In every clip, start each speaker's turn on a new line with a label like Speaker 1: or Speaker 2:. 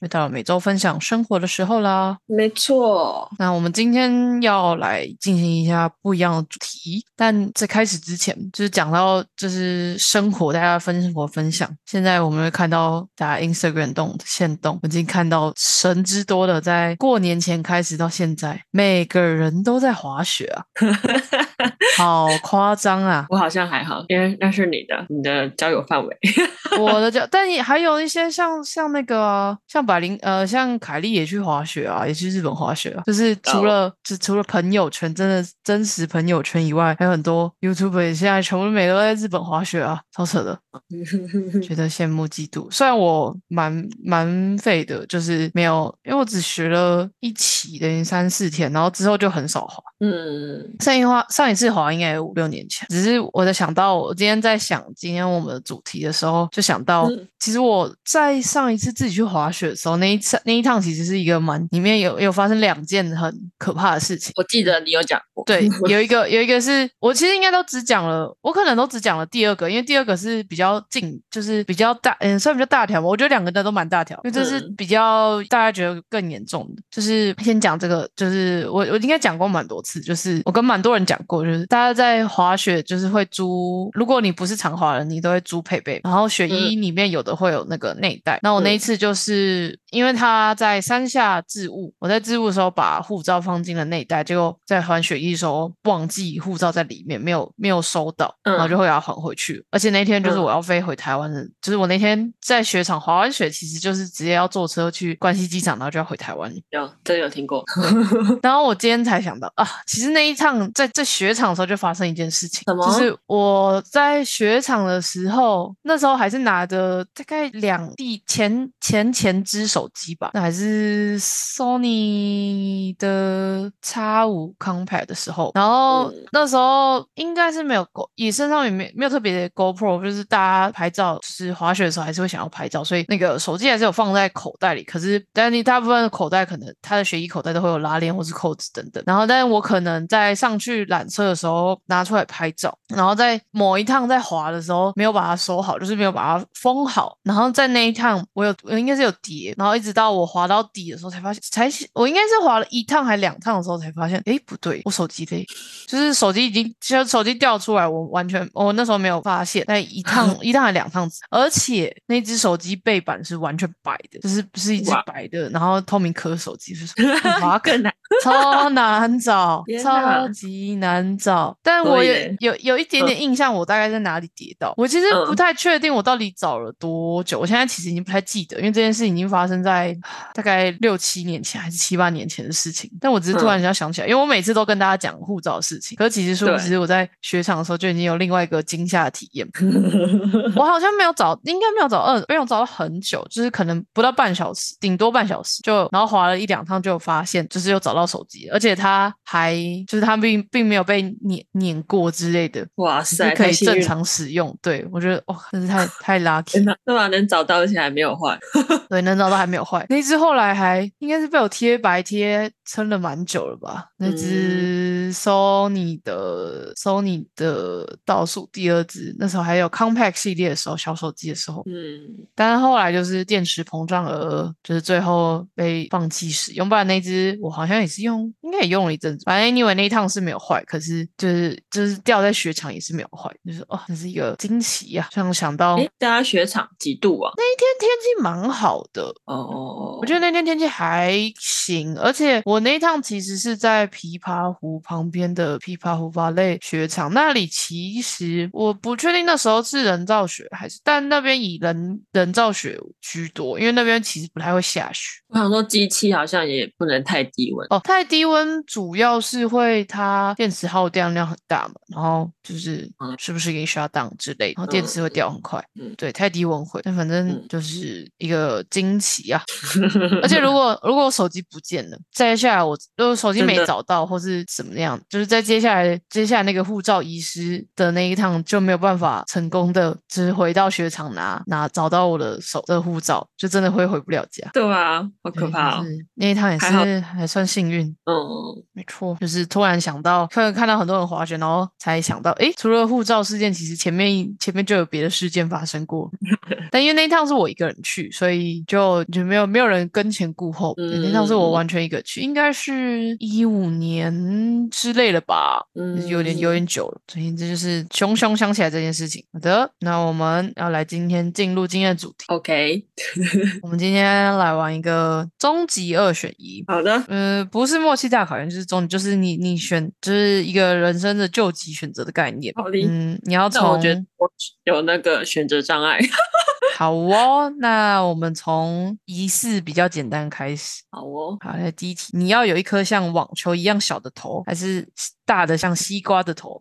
Speaker 1: 又到了每周分享生活的时候啦。
Speaker 2: 没错，
Speaker 1: 那我们今天要来进行一下不一样的主题，但在开始之前，就是讲到就是生活，大家分生活分享。现在我们会看到大家 Instagram 动现动，我已经看到神之多的，在过年前开始到现在，每个人都在滑雪啊，好夸张啊！
Speaker 2: 我好像还好，因为那是你的你的交友 范围。
Speaker 1: 我的脚，但也还有一些像像那个啊像百灵呃，像凯莉也去滑雪啊，也去日本滑雪啊。就是除
Speaker 2: 哦
Speaker 1: 了、就除了朋友圈真的真实朋友圈以外，还有很多 YouTuber 现在全部每个都在日本滑雪啊，超扯的，觉得羡慕嫉妒。虽然我蛮蛮废的，就是没有，因为我只学了一期，等于三四天，然后之后就很少滑。
Speaker 2: 嗯，
Speaker 1: 上一花上一次滑应该有五六年前，只是我在想到我今天在想今天我们的主题的时候，就想到、
Speaker 2: 嗯
Speaker 1: 其实我在上一次自己去滑雪的时候，那一次那一趟其实是一个蛮里面有有发生两件很可怕的事情。
Speaker 2: 我记得你有讲过。
Speaker 1: 对，有一个有一个是我其实应该都只讲了，我可能都只讲了第二个，因为第二个是比较近，就是比较大，嗯，算比较大条吧。我觉得两个的都蛮大条，因为这是
Speaker 2: 嗯
Speaker 1: 比较大家觉得更严重的。就是先讲这个，就是我我应该讲过蛮多次，就是我跟蛮多人讲过，就是大家在滑雪就是会租，如果你不是常滑人，你都会租配备，然后雪衣里面有的会有那个内袋。那我那一
Speaker 2: 嗯
Speaker 1: 次就是因为他在山下置物，我在置物的时候把护照放进了内袋，结果在还雪衣的时候忘记护照在里面，没有没有收到，然后
Speaker 2: 嗯
Speaker 1: 就会要还回去。而且那天就是
Speaker 2: 嗯
Speaker 1: 我要飞回台湾的，就是我那天在雪场滑完雪，其实就是直接要坐车去关西机场，然后就要回台 湾。
Speaker 2: 有真有听 过？
Speaker 1: 然后我今天才想到啊，其实那一趟在在雪场的时候就发生一件事情，
Speaker 2: 什么
Speaker 1: 就是我在雪场的时候，那时候还是拿着大概两第前前前只手机吧，那还是 Sony 的 X 五 Compact 的时候，然后
Speaker 2: 嗯
Speaker 1: 那时候应该是没有 Go，也身上也没没有特别的 GoPro，就是大家拍照就是滑雪的时候还是会想要拍照，所以那个手机还是有放在口袋里。可是，但你大部分的口袋可能它的雪衣口袋都会有拉链或是扣子等等。然后，但是我可能在上去缆车的时候拿出来拍照，然后在某一趟在滑的时候没有把它收好，就是没有把它封好。然后在那一趟我有我应该是有叠，然后一直到我滑到底的时候才发现，才我应该是滑了一趟还两趟的时候才发现，诶，不对，我手机嘞。就是手机已经，就手机掉出来，我完全我那时候没有发现，但一趟一趟还两趟，而且那只手机背板是完全白的，就是不是一只
Speaker 2: 哇
Speaker 1: 白的，然后透明壳手机，就是哇，
Speaker 2: 更难。
Speaker 1: 超难找，
Speaker 2: 天哪
Speaker 1: 超级难找。但
Speaker 2: 所
Speaker 1: 我
Speaker 2: 以
Speaker 1: 有
Speaker 2: 嘞
Speaker 1: 有有一点点印象，我大概在哪里跌倒。我其实
Speaker 2: 嗯
Speaker 1: 不太确定我到底找了多久，我现在其实已经不太记得，因为这件事已经发生在大概六七年前还是七八年前的事情。但我只是突然间想起来，因为我每次都跟大家讲护照的事情，可是其实殊不
Speaker 2: 嗯对
Speaker 1: 知我在雪场的时候就已经有另外一个惊吓的体验。 我好像没有找，应该没有找二，没有找到很久，就是可能不到半小时，顶多半小时就，然后滑了一两趟就发现，就是又找到手机了，而且它还就是它并并没有被碾碾过之类的，
Speaker 2: 哇
Speaker 1: 是
Speaker 2: 塞，
Speaker 1: 可
Speaker 2: 太
Speaker 1: 以
Speaker 2: 幸运
Speaker 1: 正
Speaker 2: 了。
Speaker 1: 常使用。对我觉得哇，真是太 太 lucky
Speaker 2: 天
Speaker 1: 了，
Speaker 2: 哪，那么能找到，而且还没有换。
Speaker 1: 对，能找到还没有坏。那只后来还应该是被我贴白贴撑了蛮久了吧？那
Speaker 2: 嗯
Speaker 1: 只 Sony 的 Sony 的倒数第二只，那时候还有 Compact 系列的时候，小手机的时候，
Speaker 2: 嗯，
Speaker 1: 但是后来就是电池膨胀而就是最后被放弃使用。不然那只我好像也是用，应该也用了一阵子。反正 anyway 那一趟是没有坏，可是就是就是掉在雪场也是没有坏，就是哦，这是一个惊奇呀、啊！想想到那
Speaker 2: 哎，大家雪场几度啊？
Speaker 1: 一天天气蛮好的，
Speaker 2: 哦哦哦，
Speaker 1: 我觉得那天天气还行，而且我那一趟其实是在琵琶湖旁边的琵琶湖芭蕾雪场，那里其实我不确定那时候是人造雪还是，但那边以人人造雪居多，因为那边其实不太会下雪。
Speaker 2: 我想说机器好像也不能太低 温。
Speaker 1: 哦，太低温主要是会它电池耗电量很大嘛，然后就是
Speaker 2: 嗯
Speaker 1: 是不是给 shut down 之类，然后电池会掉很快。
Speaker 2: 嗯
Speaker 1: 对，太低温会，但反正
Speaker 2: 嗯
Speaker 1: 就是一个惊奇啊！而且如果如果我手机不见了，在下来我就是手机
Speaker 2: 真
Speaker 1: 没
Speaker 2: 的
Speaker 1: 找到，或是怎么样，就是在接下来接下来那个护照遗失的那一趟就没有办法成功的，就是回到雪场拿拿找到我的手的护照，就真的会回不了家。
Speaker 2: 对啊，好可
Speaker 1: 对
Speaker 2: 怕、哦
Speaker 1: 就。是那一趟也
Speaker 2: 还好
Speaker 1: 是还算幸运，
Speaker 2: 嗯，
Speaker 1: 没错，就是突然想到，看看到很多人滑雪，然后才想到，诶，除了护照事件，其实前面前面就有别的事件发生过，但因为那一趟是我一个人去，所以就就没有没有人跟前顾后。对那一趟是我
Speaker 2: 嗯
Speaker 1: 完全一个人去，应该是一五年之类的吧，
Speaker 2: 嗯
Speaker 1: 就是有点有点久了，所以这就是熊熊想起来这件事情。好的，那我们要来今天进入今天的主题，
Speaker 2: OK。
Speaker 1: 我们今天来玩一个终极二选一。
Speaker 2: 好的，
Speaker 1: 呃，不是默契大考验，就是终，就是你你选，就是一个人生的救急选择的概念。
Speaker 2: 好的。
Speaker 1: 嗯，你要
Speaker 2: 但
Speaker 1: 从
Speaker 2: 哦我觉得我有那个选择障碍。
Speaker 1: 好哦，那我们从疑似比较简单开始。
Speaker 2: 好哦，
Speaker 1: 好，来第一题，你要有一颗像网球一样小的头，还是大的像西瓜的头？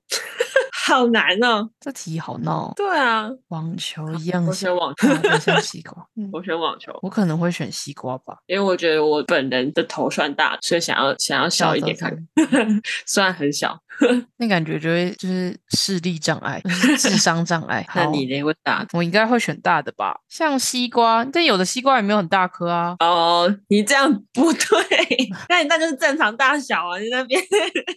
Speaker 2: 好难哦。
Speaker 1: 这题好闹哦，
Speaker 2: 对啊，
Speaker 1: 网球一样
Speaker 2: 我
Speaker 1: 小，
Speaker 2: 选网球，
Speaker 1: 大的 像西瓜。嗯，
Speaker 2: 我选网球，
Speaker 1: 我可能会选西瓜吧，
Speaker 2: 因为我觉得我本人的头算大，所以想要想要小一
Speaker 1: 的
Speaker 2: 点
Speaker 1: 头
Speaker 2: 看看，虽然很小。
Speaker 1: 那感觉就会就是视力障 碍，就是智商障碍。
Speaker 2: 那
Speaker 1: 好
Speaker 2: 你呢？会打
Speaker 1: 我应该会选大的吧，像西瓜，但有的西瓜也没有很大颗啊。
Speaker 2: 哦，你这样不 对，那你那就是正常大小啊，你那边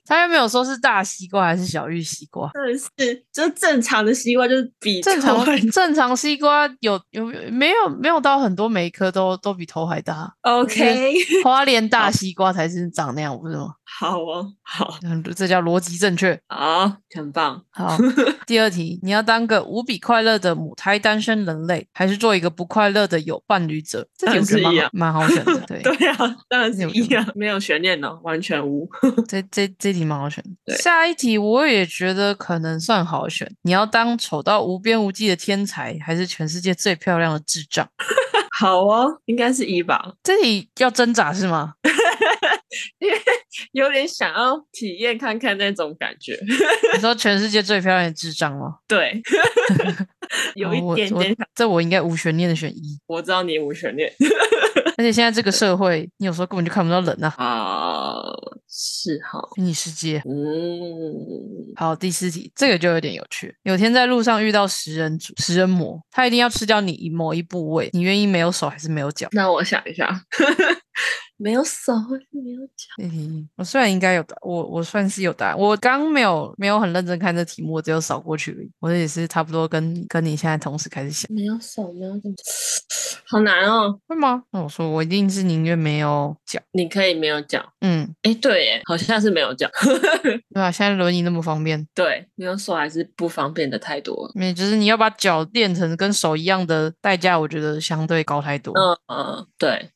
Speaker 1: 他又没有说是大西瓜还是小玉西瓜，
Speaker 2: 真的是就是正常的西瓜，就是比
Speaker 1: 正
Speaker 2: 头
Speaker 1: 常
Speaker 2: 还
Speaker 1: 正常西瓜有有没有没有到很多每一颗都都比头还大，
Speaker 2: OK，
Speaker 1: 花莲大西瓜才是长那样，不是吗？
Speaker 2: 好哦，好
Speaker 1: 嗯这叫逻辑正确。
Speaker 2: 好，很棒。
Speaker 1: 好，第二题，你要当个无比快乐的母胎单身人类，还是做一个不快乐的有伴侣者？这题我觉得
Speaker 2: 当然是一
Speaker 1: 蛮好蛮好
Speaker 2: 样
Speaker 1: 选的，对。
Speaker 2: 对啊，当然是
Speaker 1: 有
Speaker 2: 一样，没有悬念哦，完全无。
Speaker 1: 这这这题蛮好选的。
Speaker 2: 对
Speaker 1: 下一题我也觉得可能算好选。你要当丑到无边无际的天才，还是全世界最漂亮的智障？
Speaker 2: 好哦，应该是一吧，
Speaker 1: 这题要挣扎是吗？
Speaker 2: 有点想要体验看看那种感觉。
Speaker 1: 你说全世界最漂亮的智障吗？
Speaker 2: 对，有
Speaker 1: 哦
Speaker 2: 一点
Speaker 1: 我
Speaker 2: 点
Speaker 1: 我
Speaker 2: 想，
Speaker 1: 这我应该无悬念的选一。
Speaker 2: 我知道你无悬念
Speaker 1: 而且现在这个社会，你有时候根本就看不到人啊，
Speaker 2: 啊，是哈，
Speaker 1: 虚拟世界。
Speaker 2: 嗯，
Speaker 1: 好，第四题，这个就有点有趣。有天在路上遇到食人族、食人魔，他一定要吃掉你一某一部位，你愿意没有手还是没有脚？
Speaker 2: 那我想一下， 没有手，没有脚，
Speaker 1: 这题我虽然应该有答，我我算是有答案。我刚没有没有很认真看这题目，我只有扫过去而已。我也是差不多跟跟你现在同时开始想，
Speaker 2: 没有手，没有脚，好难哦。
Speaker 1: 会吗？那我说我一定是宁愿没有脚。
Speaker 2: 你可以没有脚，
Speaker 1: 嗯，
Speaker 2: 哎，对耶，好像是没有脚，
Speaker 1: 对吧、现在轮椅那么方便，
Speaker 2: 对，没有手还是不方便的太多了。
Speaker 1: 没就是你要把脚练成跟手一样的代价，我觉得相对高太多。
Speaker 2: 嗯嗯，对，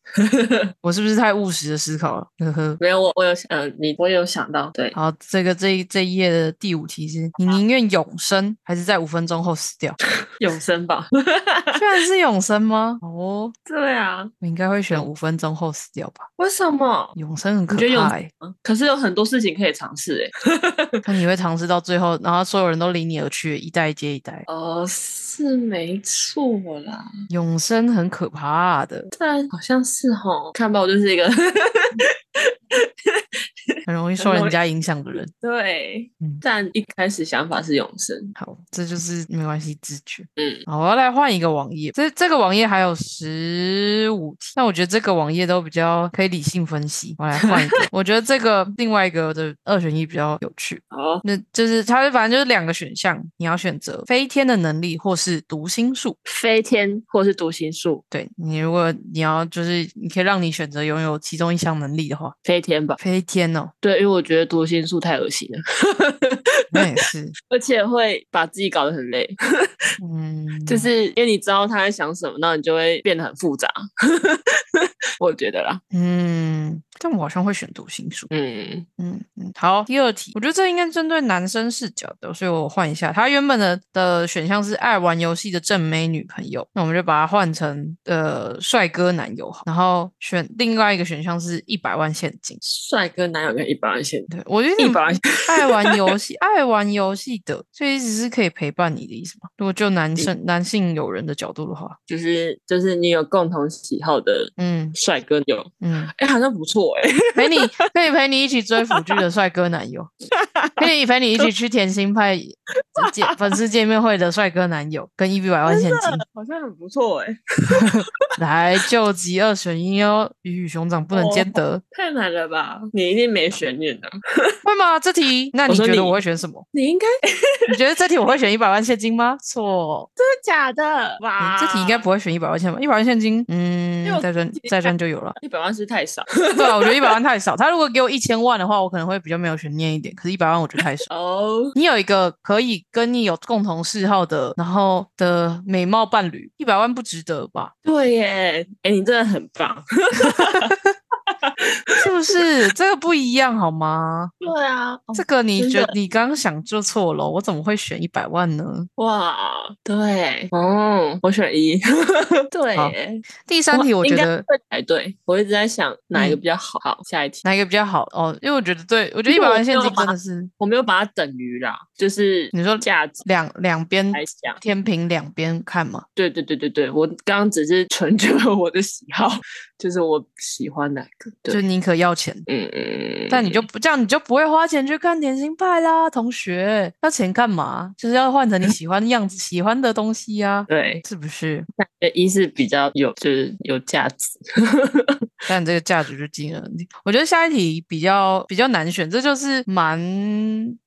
Speaker 1: 我是不是太务实的思考了？呵呵。
Speaker 2: 没有我，我有，嗯、你我有想到，对，
Speaker 1: 好，这个这一这一页的第五题是：你宁愿永生，还是在五分钟后死掉？
Speaker 2: 永生吧，
Speaker 1: 居然是永生吗？哦，
Speaker 2: 对啊，
Speaker 1: 我应该会选五分钟后死掉吧。
Speaker 2: 为什么？
Speaker 1: 永生很可
Speaker 2: 觉得永
Speaker 1: 怕、欸，
Speaker 2: 嗯可是有很多事情可以尝试，哎，
Speaker 1: 看你会尝试到最后，然后所有人都离你而去，一代接一代。
Speaker 2: 哦，是没错啦，
Speaker 1: 永生很可怕的，
Speaker 2: 但好像是吼，看吧，我就是一个
Speaker 1: 很容易受
Speaker 2: 容
Speaker 1: 人
Speaker 2: 易
Speaker 1: 家影响的人。
Speaker 2: 对
Speaker 1: 嗯，
Speaker 2: 但一开始想法是永生，
Speaker 1: 好，这就是没关系，自觉。
Speaker 2: 嗯，
Speaker 1: 好，我要来换一个网页，这这个网页还有十五题，但我觉得这个网页都比较可以理性分析。我来换一个， 我觉得这个另外一个的二选一比较有趣。
Speaker 2: 哦，
Speaker 1: 那就是它，反正就是两个选项，你要选择飞天的能力或是读心术。
Speaker 2: 飞天或是读心术，
Speaker 1: 对你，如果你要就是你可以让你选择拥有其中一项能力的话，
Speaker 2: 飞天吧，
Speaker 1: 飞天哦，
Speaker 2: 对，因为我觉得读心术太恶心了，
Speaker 1: 那也是，
Speaker 2: 而且会把自己搞得很累，
Speaker 1: 嗯，
Speaker 2: 就是因为你知道他在想什么，那你就会变得很复杂， 我觉得啦，
Speaker 1: 嗯，但我好像会选读心术，
Speaker 2: 嗯，
Speaker 1: 嗯嗯，好，第二题，我觉得这应该针对男生视角的，所以我换一下，它原本的的选项是爱玩游戏的正妹女朋友，那我们就把它换成呃帅哥男友好，然后选另外一个选项是一百万现金，
Speaker 2: 帅哥男友跟一般人现
Speaker 1: 对我觉得
Speaker 2: 一
Speaker 1: 你
Speaker 2: 百万
Speaker 1: 爱玩游 戏，爱玩游戏的，所以只是可以陪伴你的意思吗？如果就男生男性友人的角度的话，
Speaker 2: 就是就是你有共同喜好的
Speaker 1: 嗯
Speaker 2: 帅哥有，
Speaker 1: 嗯，
Speaker 2: 哎、好像不错我哎、
Speaker 1: 陪你可以陪你一起追腐剧的帅哥男友，可以陪你一起去甜心派 见粉丝见面会的帅哥男友，跟一比百万现金，
Speaker 2: 好像很不错哎、
Speaker 1: 来救急二选一哦，鱼与熊掌不能
Speaker 2: 哦
Speaker 1: 兼得，
Speaker 2: 太难了吧？你一定没悬念的，
Speaker 1: 会吗？这题，那
Speaker 2: 我
Speaker 1: 你
Speaker 2: 说
Speaker 1: 觉得
Speaker 2: 你
Speaker 1: 我会选什么？
Speaker 2: 你应该真
Speaker 1: 你觉得这题我会选一百万现金吗？错，
Speaker 2: 的假的？
Speaker 1: 你嗯
Speaker 2: 哇，
Speaker 1: 这题应该不会选一百万现金吧，一百万现金，
Speaker 2: 因为
Speaker 1: 嗯，
Speaker 2: 我
Speaker 1: 再赚
Speaker 2: 自己
Speaker 1: 再
Speaker 2: 看
Speaker 1: 赚就有了。
Speaker 2: 一百万是太少
Speaker 1: 对啊，我觉得一百万太少。他如果给我一千万的话，我可能会比较没有悬念一点。可是，一百万我觉得 太少。
Speaker 2: 哦。
Speaker 1: 你有一个可以跟你有共同嗜好的，然后的美貌伴侣，一百万不值得吧？
Speaker 2: 对耶，哎、你真的很棒。
Speaker 1: 是不是？这个不一样好吗？
Speaker 2: 对啊，
Speaker 1: 这个你
Speaker 2: 真
Speaker 1: 觉
Speaker 2: 的
Speaker 1: 你刚刚想就错了，我怎么会选一百万呢？
Speaker 2: 哇，对，哦，我选一， 对
Speaker 1: 好
Speaker 2: 耶，
Speaker 1: 第三
Speaker 2: 我
Speaker 1: 题，我
Speaker 2: 应
Speaker 1: 觉
Speaker 2: 该
Speaker 1: 得
Speaker 2: 会才对。我一直在想哪一个
Speaker 1: 嗯
Speaker 2: 比较好。好下一题，
Speaker 1: 哪一个比较好哦？因为我觉得对，我觉得一
Speaker 2: 因为
Speaker 1: 百
Speaker 2: 我
Speaker 1: 万现
Speaker 2: 没有
Speaker 1: 金真
Speaker 2: 把
Speaker 1: 的是
Speaker 2: 我没有把它等于啦，就是
Speaker 1: 你说
Speaker 2: 价值
Speaker 1: 两两边
Speaker 2: 来想。
Speaker 1: 天平两边看嘛。
Speaker 2: 对对对对对，我刚刚只是纯就我的喜好， 就是我喜欢哪个。
Speaker 1: 就
Speaker 2: 对，
Speaker 1: 是宁可要钱，
Speaker 2: 嗯嗯，
Speaker 1: 但你就不这样，你就不会花钱去看甜心派啦，同学。要钱干嘛？就是要换成你喜欢的样子、喜欢的东西呀、
Speaker 2: 对，
Speaker 1: 是不是？
Speaker 2: 呃一是比较有，就是有价值。
Speaker 1: 但这个价值就惊人。我觉得下一题比较比较难选，这就是蛮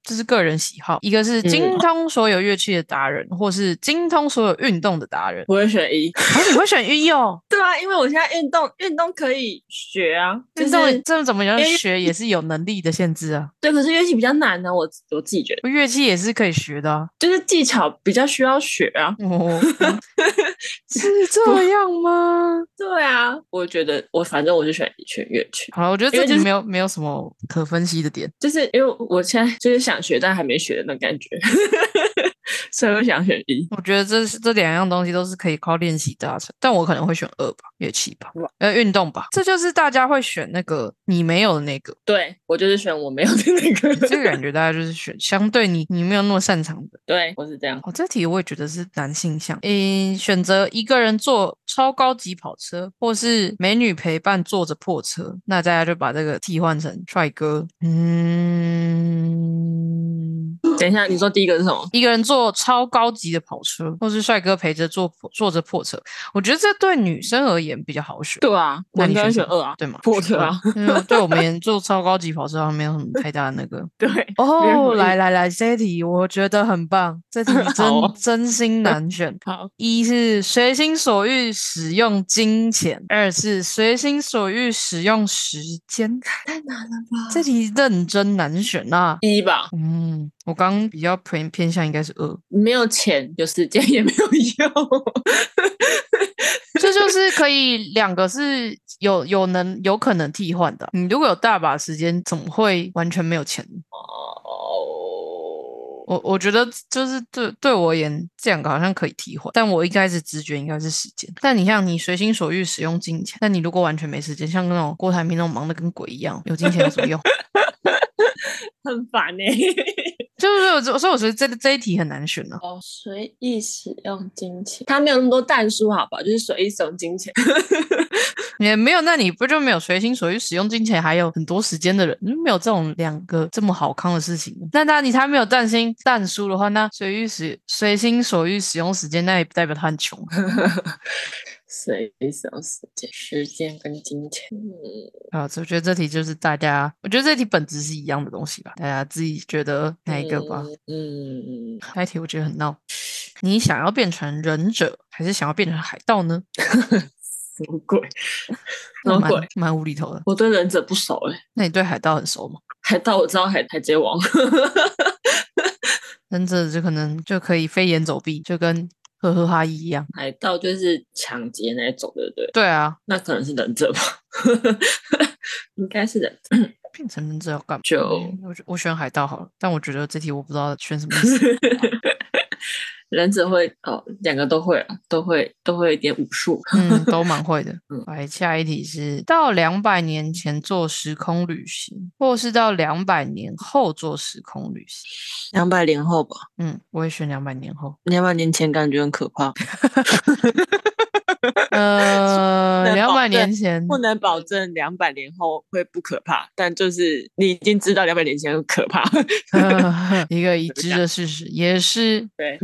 Speaker 1: 就是个人喜好，一个是精
Speaker 2: 嗯
Speaker 1: 通所有乐器的达人，或是精通所有运动的达人。
Speaker 2: 我会选一。
Speaker 1: 啊，你会选一 哦？
Speaker 2: 对啊，因为我现在运动运动可以学啊，就
Speaker 1: 运
Speaker 2: 是
Speaker 1: 动这怎么样
Speaker 2: 因为
Speaker 1: 学也是有能力的限制啊，
Speaker 2: 对，可是乐器比较难呢、啊我我自己觉得，
Speaker 1: 乐器也是可以学的、啊。
Speaker 2: 就是技巧比较需要学啊。
Speaker 1: 哦， 嗯是这样吗？
Speaker 2: 对啊，我觉得我反正我就选选乐器，
Speaker 1: 好了，我觉得这
Speaker 2: 因为就
Speaker 1: 题
Speaker 2: 是
Speaker 1: 没有没有什么可分析的点。
Speaker 2: 就是因为我现在就是想学但还没学的那种感觉， 所以我想选一。
Speaker 1: 我觉得这是这两样东西都是可以靠练习达成，但我可能会选二吧，乐器吧
Speaker 2: 哇，
Speaker 1: 呃，运动吧。这就是大家会选那个你没有的那个，
Speaker 2: 对我就是选我没有的那个，
Speaker 1: 这个感觉大家就是选相对你你没有那么擅长的。
Speaker 2: 对我是这样。
Speaker 1: 哦，这题我也觉得是男性向。嗯，选择一个人坐超高级跑车，或是美女陪伴坐着破车，那大家就把这个替换成帅哥。嗯。
Speaker 2: 等一下，你说第一个是什么？
Speaker 1: 一个人坐超高级的跑车，或是帅哥陪着坐破坐着破车，我觉得这对女生而言比较好选，
Speaker 2: 对啊，
Speaker 1: 那
Speaker 2: 我
Speaker 1: 你
Speaker 2: 应该
Speaker 1: 选
Speaker 2: 选
Speaker 1: 什么
Speaker 2: 二啊。
Speaker 1: 对吗？
Speaker 2: 破车啊，
Speaker 1: 嗯，对我们而言坐超高级跑车好像没有什么太大的那个。
Speaker 2: 对，没 有
Speaker 1: 哦，
Speaker 2: 什么意
Speaker 1: 来来来，这一题我觉得很棒， 这题真、
Speaker 2: 好哦
Speaker 1: 真心难 选。
Speaker 2: 好，
Speaker 1: 一是随心所欲使用金钱，二是随心所欲使用时间。
Speaker 2: 太难了吧？
Speaker 1: 这题认真难选呐、
Speaker 2: 一吧，
Speaker 1: 嗯，我刚刚比较偏偏向应该是二，
Speaker 2: 没有钱，有时间也没有用。
Speaker 1: 这就是可以两个是有有能有可能替换的。啊你如果有大把时间，怎么会完全没有钱？
Speaker 2: 哦，
Speaker 1: 我我觉得就是对对我而言，这两个好像可以替换，但我一开始直觉应该是时间。但你像你随心所欲使用金钱，但你如果完全没时间，像那种郭台铭那种忙得跟鬼一样，有金钱有什么用？
Speaker 2: 很烦欸呢、
Speaker 1: 就是我所以我觉得这这一题很难选啊。
Speaker 2: 哦，随意使用金钱，他没有那么多蛋书，好不好？就是随意使用金钱。
Speaker 1: 也没有，那你不就没有随心所欲使用金钱，还有很多时间的人，就没有这种两个这么好康的事情。那他你他没有担心淡书的话，那随欲使随心所欲使用时间，那也不代表他很穷。啊
Speaker 2: 随意使用时间、时间跟金钱。嗯，
Speaker 1: 啊，所以我觉得这题就是大家，我觉得这题本质是一样的东西吧，大家自己觉得哪一个 吧。
Speaker 2: 嗯？嗯，
Speaker 1: 下一题我觉得很闹，你想要变成忍者，还是想要变成海盗呢？
Speaker 2: 什么鬼？什
Speaker 1: 那
Speaker 2: 么
Speaker 1: 蛮
Speaker 2: 鬼？
Speaker 1: 蛮无厘头的。
Speaker 2: 我对忍者不熟哎、
Speaker 1: 那你对海盗很熟吗？
Speaker 2: 海盗我知道海海贼王，
Speaker 1: 忍者就可能就可以飞檐走壁，就跟呵呵哈一一样。
Speaker 2: 海盗就是抢劫那一种，对不对？
Speaker 1: 对啊，
Speaker 2: 那可能是忍者吧， 应该是忍者。
Speaker 1: 变成忍者要干嘛？
Speaker 2: 就
Speaker 1: 嗯我觉我选海盗好了，但我觉得这题我不知道选什么意 思。
Speaker 2: 忍者会哦，两个都会啊，都会都会一点武术。
Speaker 1: 嗯，都蛮会的
Speaker 2: 嗯。
Speaker 1: 来，下一题是到两百年前做时空旅行，或是到两百年后做时空旅行。
Speaker 2: 两百年后吧，
Speaker 1: 嗯，我也选两百年后。
Speaker 2: 两百年前感觉很可怕。
Speaker 1: 呃，
Speaker 2: 能
Speaker 1: 两
Speaker 2: 保
Speaker 1: 百
Speaker 2: 证
Speaker 1: 年前，
Speaker 2: 不能保证两百年后会不可怕，但就是你已经知道两百年前很可怕。
Speaker 1: 一个已知的事实，也是
Speaker 2: 对，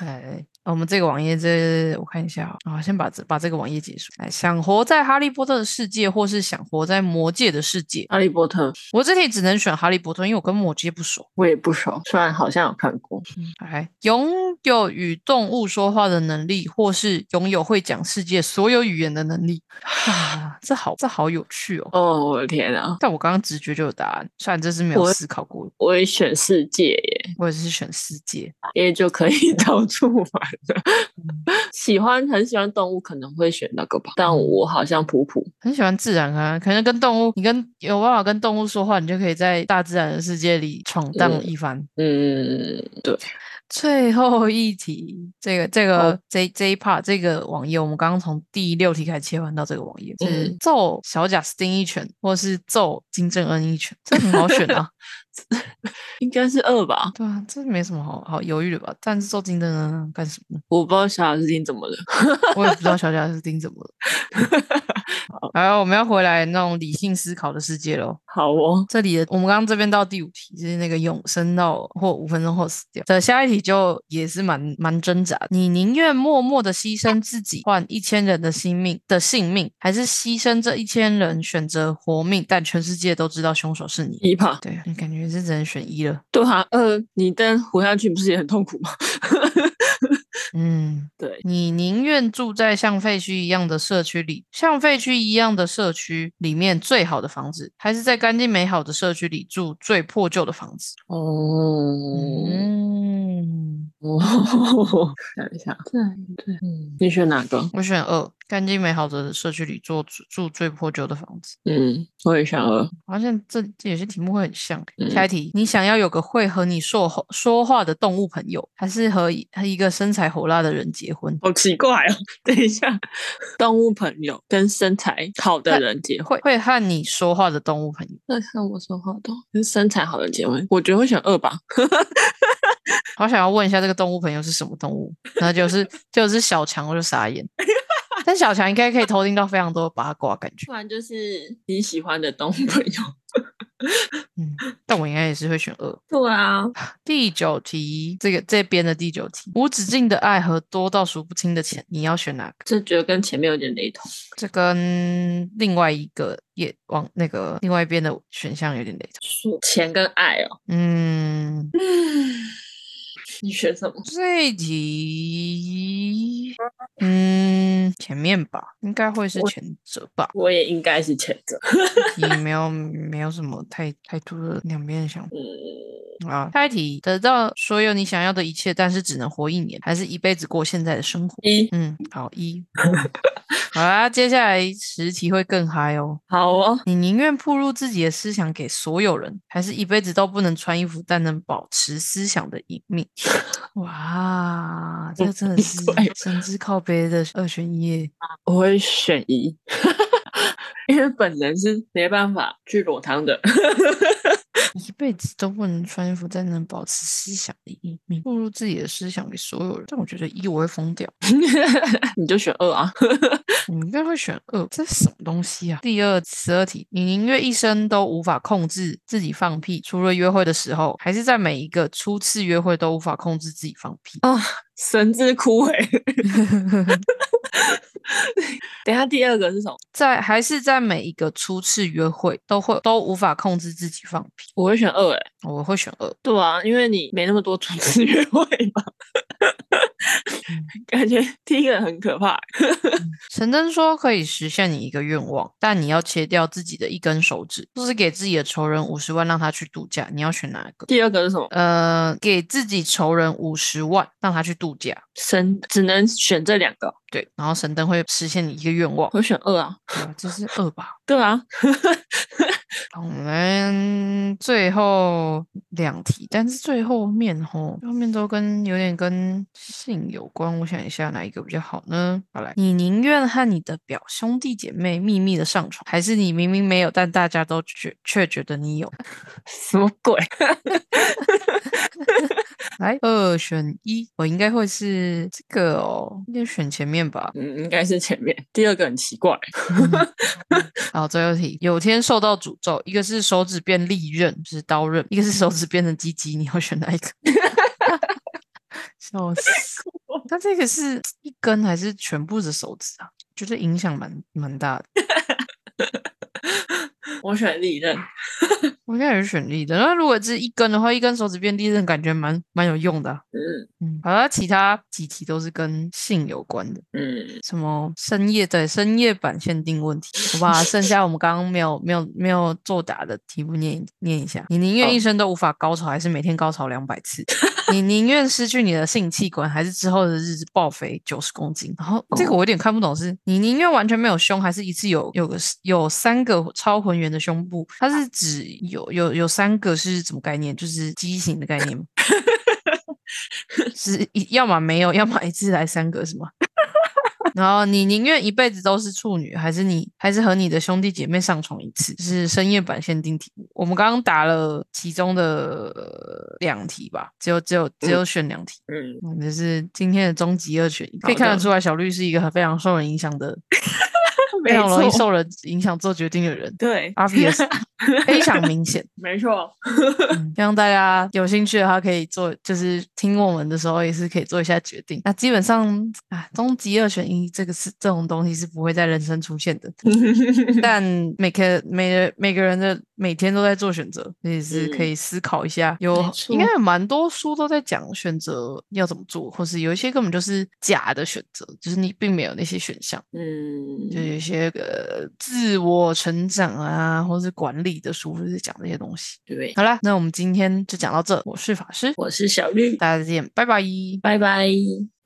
Speaker 1: 哎，我们这个网页这我看一下啊，啊先把这把这个网页结束。哎，想活在哈利波特的世界，或是想活在魔界的世界，
Speaker 2: 哈利波特
Speaker 1: 我这题只能选哈利波特，因为我跟魔界不熟。
Speaker 2: 我也不熟，虽然好像有看过。
Speaker 1: 哎，拥有与动物说话的能力，或是拥有会讲世界所有语言的能力。啊，这好，这好有趣哦！
Speaker 2: 哦，我的天啊！
Speaker 1: 但我刚刚直觉就有答案，虽然这是没有
Speaker 2: 我
Speaker 1: 思考过的，
Speaker 2: 我也选世界耶，
Speaker 1: 我也是选世界。
Speaker 2: 因为就可以到处玩了。嗯喜欢很喜欢动物，可能会选那个吧，但我好像普普。
Speaker 1: 很喜欢自然啊，可能跟动物，你跟有办法跟动物说话，你就可以在大自然的世界里闯荡
Speaker 2: 嗯
Speaker 1: 一番。
Speaker 2: 嗯，对，
Speaker 1: 最后一题，这个这个、
Speaker 2: 好
Speaker 1: 这这一 part 这个网页，我们刚刚从第六题开始切换到这个网页，是
Speaker 2: 嗯
Speaker 1: 揍小贾斯汀一拳，或是揍金正恩一拳，这很好选 啊。
Speaker 2: 应该是二吧。
Speaker 1: 对啊，这没什么好好犹豫的吧？但是揍金正恩啊干什么呢？
Speaker 2: 我不知道小雅斯汀怎么了。
Speaker 1: 我也不知道小贾斯汀怎么 了。然后我们要回来那种理性思考的世界喽。
Speaker 2: 好哦，
Speaker 1: 这里的我们刚刚这边到第五题，就是那个永生到或五分钟后死掉的下一题，就也是蛮蛮挣扎的。你宁愿默默的牺牲自己换一千人的性命的性命，还是牺牲这一千人选择活命，但全世界都知道凶手是你？
Speaker 2: 一吧。
Speaker 1: 对你感觉是只能选一了。
Speaker 2: 对啊，二你但活下去不是也很痛苦吗？
Speaker 1: 嗯，
Speaker 2: 对，
Speaker 1: 你宁愿住在像废墟一样的社区里，像废墟一样的社区里面最好的房子，还是在干净美好的社区里住最破旧的房子？
Speaker 2: 哦，
Speaker 1: 嗯。
Speaker 2: 哦，想一下，对对，嗯，你选哪个？
Speaker 1: 我选二，干净美好的社区里做住住最破旧的房子。
Speaker 2: 嗯，我也选二。
Speaker 1: 好像这这有些题目会很像。欸
Speaker 2: 嗯
Speaker 1: 下一题，你想要有个会和你说话说话的动物朋友，还是和一和一个身材火辣的人结婚？
Speaker 2: 好奇怪哦！等一下，动物朋友跟身材好的人结婚，
Speaker 1: 会会和你说话的动物朋友，
Speaker 2: 那看我说话的跟身材好的结婚，我觉得会选二吧。
Speaker 1: 好想要问一下这个动物朋友是什么动物？那就是就是小强，我就傻眼。但小强应该可以偷听到非常多的八卦，感觉。
Speaker 2: 不然就是你喜欢的动物朋友。
Speaker 1: 嗯，但我应该也是会选二。
Speaker 2: 对啊，
Speaker 1: 第九题，这个这边的第九题，无止境的爱和多到数不清的钱，你要选哪个？
Speaker 2: 这觉得跟前面有点雷同。
Speaker 1: 这跟另外一个也往那个另外一边的选项有点雷同。
Speaker 2: 钱跟爱哦，
Speaker 1: 嗯，
Speaker 2: 你选什么？
Speaker 1: 这一题，嗯，前面吧，应该会是
Speaker 2: 我
Speaker 1: 前者吧。
Speaker 2: 我也应该是前者。
Speaker 1: 也没有没有什么太太多的两边的想法
Speaker 2: 嗯，
Speaker 1: 啊。下一题，得到所有你想要的一切，但是只能活一年，还是一辈子过现在的生活？
Speaker 2: 一
Speaker 1: 嗯，好一， 好啦，接下来十题会更嗨哦。
Speaker 2: 好哦，
Speaker 1: 你宁愿暴露自己的思想给所有人，还是一辈子都不能穿衣服，但能保持思想的隐秘？ 哇，这真的是
Speaker 2: 对
Speaker 1: 神之靠背的二选一耶。
Speaker 2: 我会选一， 因为本人是没办法去裸汤的。
Speaker 1: 一辈子都不能穿衣服，但能保持思想的隐秘，暴露自己的思想给所有人。但我觉得一我会疯掉，
Speaker 2: 你就选二啊。
Speaker 1: 我应该会选二，这是什么东西啊？第二十二题，你宁愿一生都无法控制自己放屁，除了约会的时候，还是在每一个初次约会都无法控制自己放屁？
Speaker 2: 神之枯萎。等一下第二个是什么？
Speaker 1: 在还是在每一个初次约会都会都无法控制自己放屁？
Speaker 2: 我会选二哎、
Speaker 1: 我会选二，
Speaker 2: 对啊，因为你没那么多初次约会吧， 感觉第一个很可怕欸、
Speaker 1: 神灯说可以实现你一个愿望，但你要切掉自己的一根手指，就是给自己的仇人五十万让他去度假。你要选哪一个？
Speaker 2: 第二个是什么？
Speaker 1: 呃，给自己仇人五十万让他去度假。
Speaker 2: 神只能选这两个，
Speaker 1: 对，然后神灯会实现你一个愿望，
Speaker 2: 我选二啊。
Speaker 1: 对吧这是二吧？
Speaker 2: 对啊，
Speaker 1: 好我们最后两题，但是最后面吼，后面都跟有点跟性有关。我想一下哪一个比较好呢？好来，你宁愿和你的表兄弟姐妹秘密的上床，还是你明明没有，但大家都觉却觉得你有？
Speaker 2: 什么鬼？
Speaker 1: 来，二选一，我应该会是这个哦，应该选前面吧。
Speaker 2: 嗯，应该是前面第二个很奇怪，
Speaker 1: 好，最后一题，有天受到诅咒，一个是手指变利刃，就是刀刃；一个是手指变成鸡鸡，你要选哪一个？ 笑死！它这个是一根还是全部的手指啊？觉得影响蛮蛮大的。
Speaker 2: 我选利刃。
Speaker 1: 我应该也是选利刃。那如果是一根的话，一根手指变利刃，感觉蛮蛮有用的啊、
Speaker 2: 嗯
Speaker 1: 嗯，好了，其他几题都是跟性有关的，
Speaker 2: 嗯，
Speaker 1: 什么深夜对深夜版限定问题，好吧？剩下我们刚刚没有没有没有作答的题目念一念一下。你宁愿
Speaker 2: 好
Speaker 1: 一生都无法高潮，还是每天高潮两百次？ 你宁愿失去你的性器官，还是之后的日子暴肥九十公斤？然后这个我有点看不懂是，你宁愿完全没有胸，还是一次有有个有三个超浑圆的胸部？它是指有有有三个是什么概念？就是畸形的概念吗？是一要么没有，要么一次来三个是吗？然后你宁愿一辈子都是处女，还是你还是和你的兄弟姐妹上床一次？就是深夜版限定题目。我们刚刚答了其中的呃两题吧，只有只有只有选两题，
Speaker 2: 嗯，
Speaker 1: 嗯，这是今天的终极二选一。可以
Speaker 2: 好
Speaker 1: 看得
Speaker 2: 的
Speaker 1: 出来，小绿是一个非常受人影响的，非常容易受人影响做决定的人。
Speaker 2: 对，
Speaker 1: obvious，非 常明显。
Speaker 2: 没错，
Speaker 1: 嗯 希望大家有兴趣的话，可以做，就是听我们的时候也是可以做一下决定。那基本上啊，终极二选一这个是这种东西是不会在人生出现 的，但每个每个每个人的每天都在做选择，所以是可以思考一下。有
Speaker 2: 嗯没错
Speaker 1: 应该有蛮多书都在讲选择要怎么做，或是有一些根本就是假的选择，就是你并没有那些选项。
Speaker 2: 嗯
Speaker 1: 就有一些呃自我成长啊，或是管理的书，就是讲这些东西。
Speaker 2: 对，
Speaker 1: 好啦，那我们今天就讲到这。我是法师，
Speaker 2: 我是小绿，
Speaker 1: 大家再见，拜拜。
Speaker 2: 拜拜。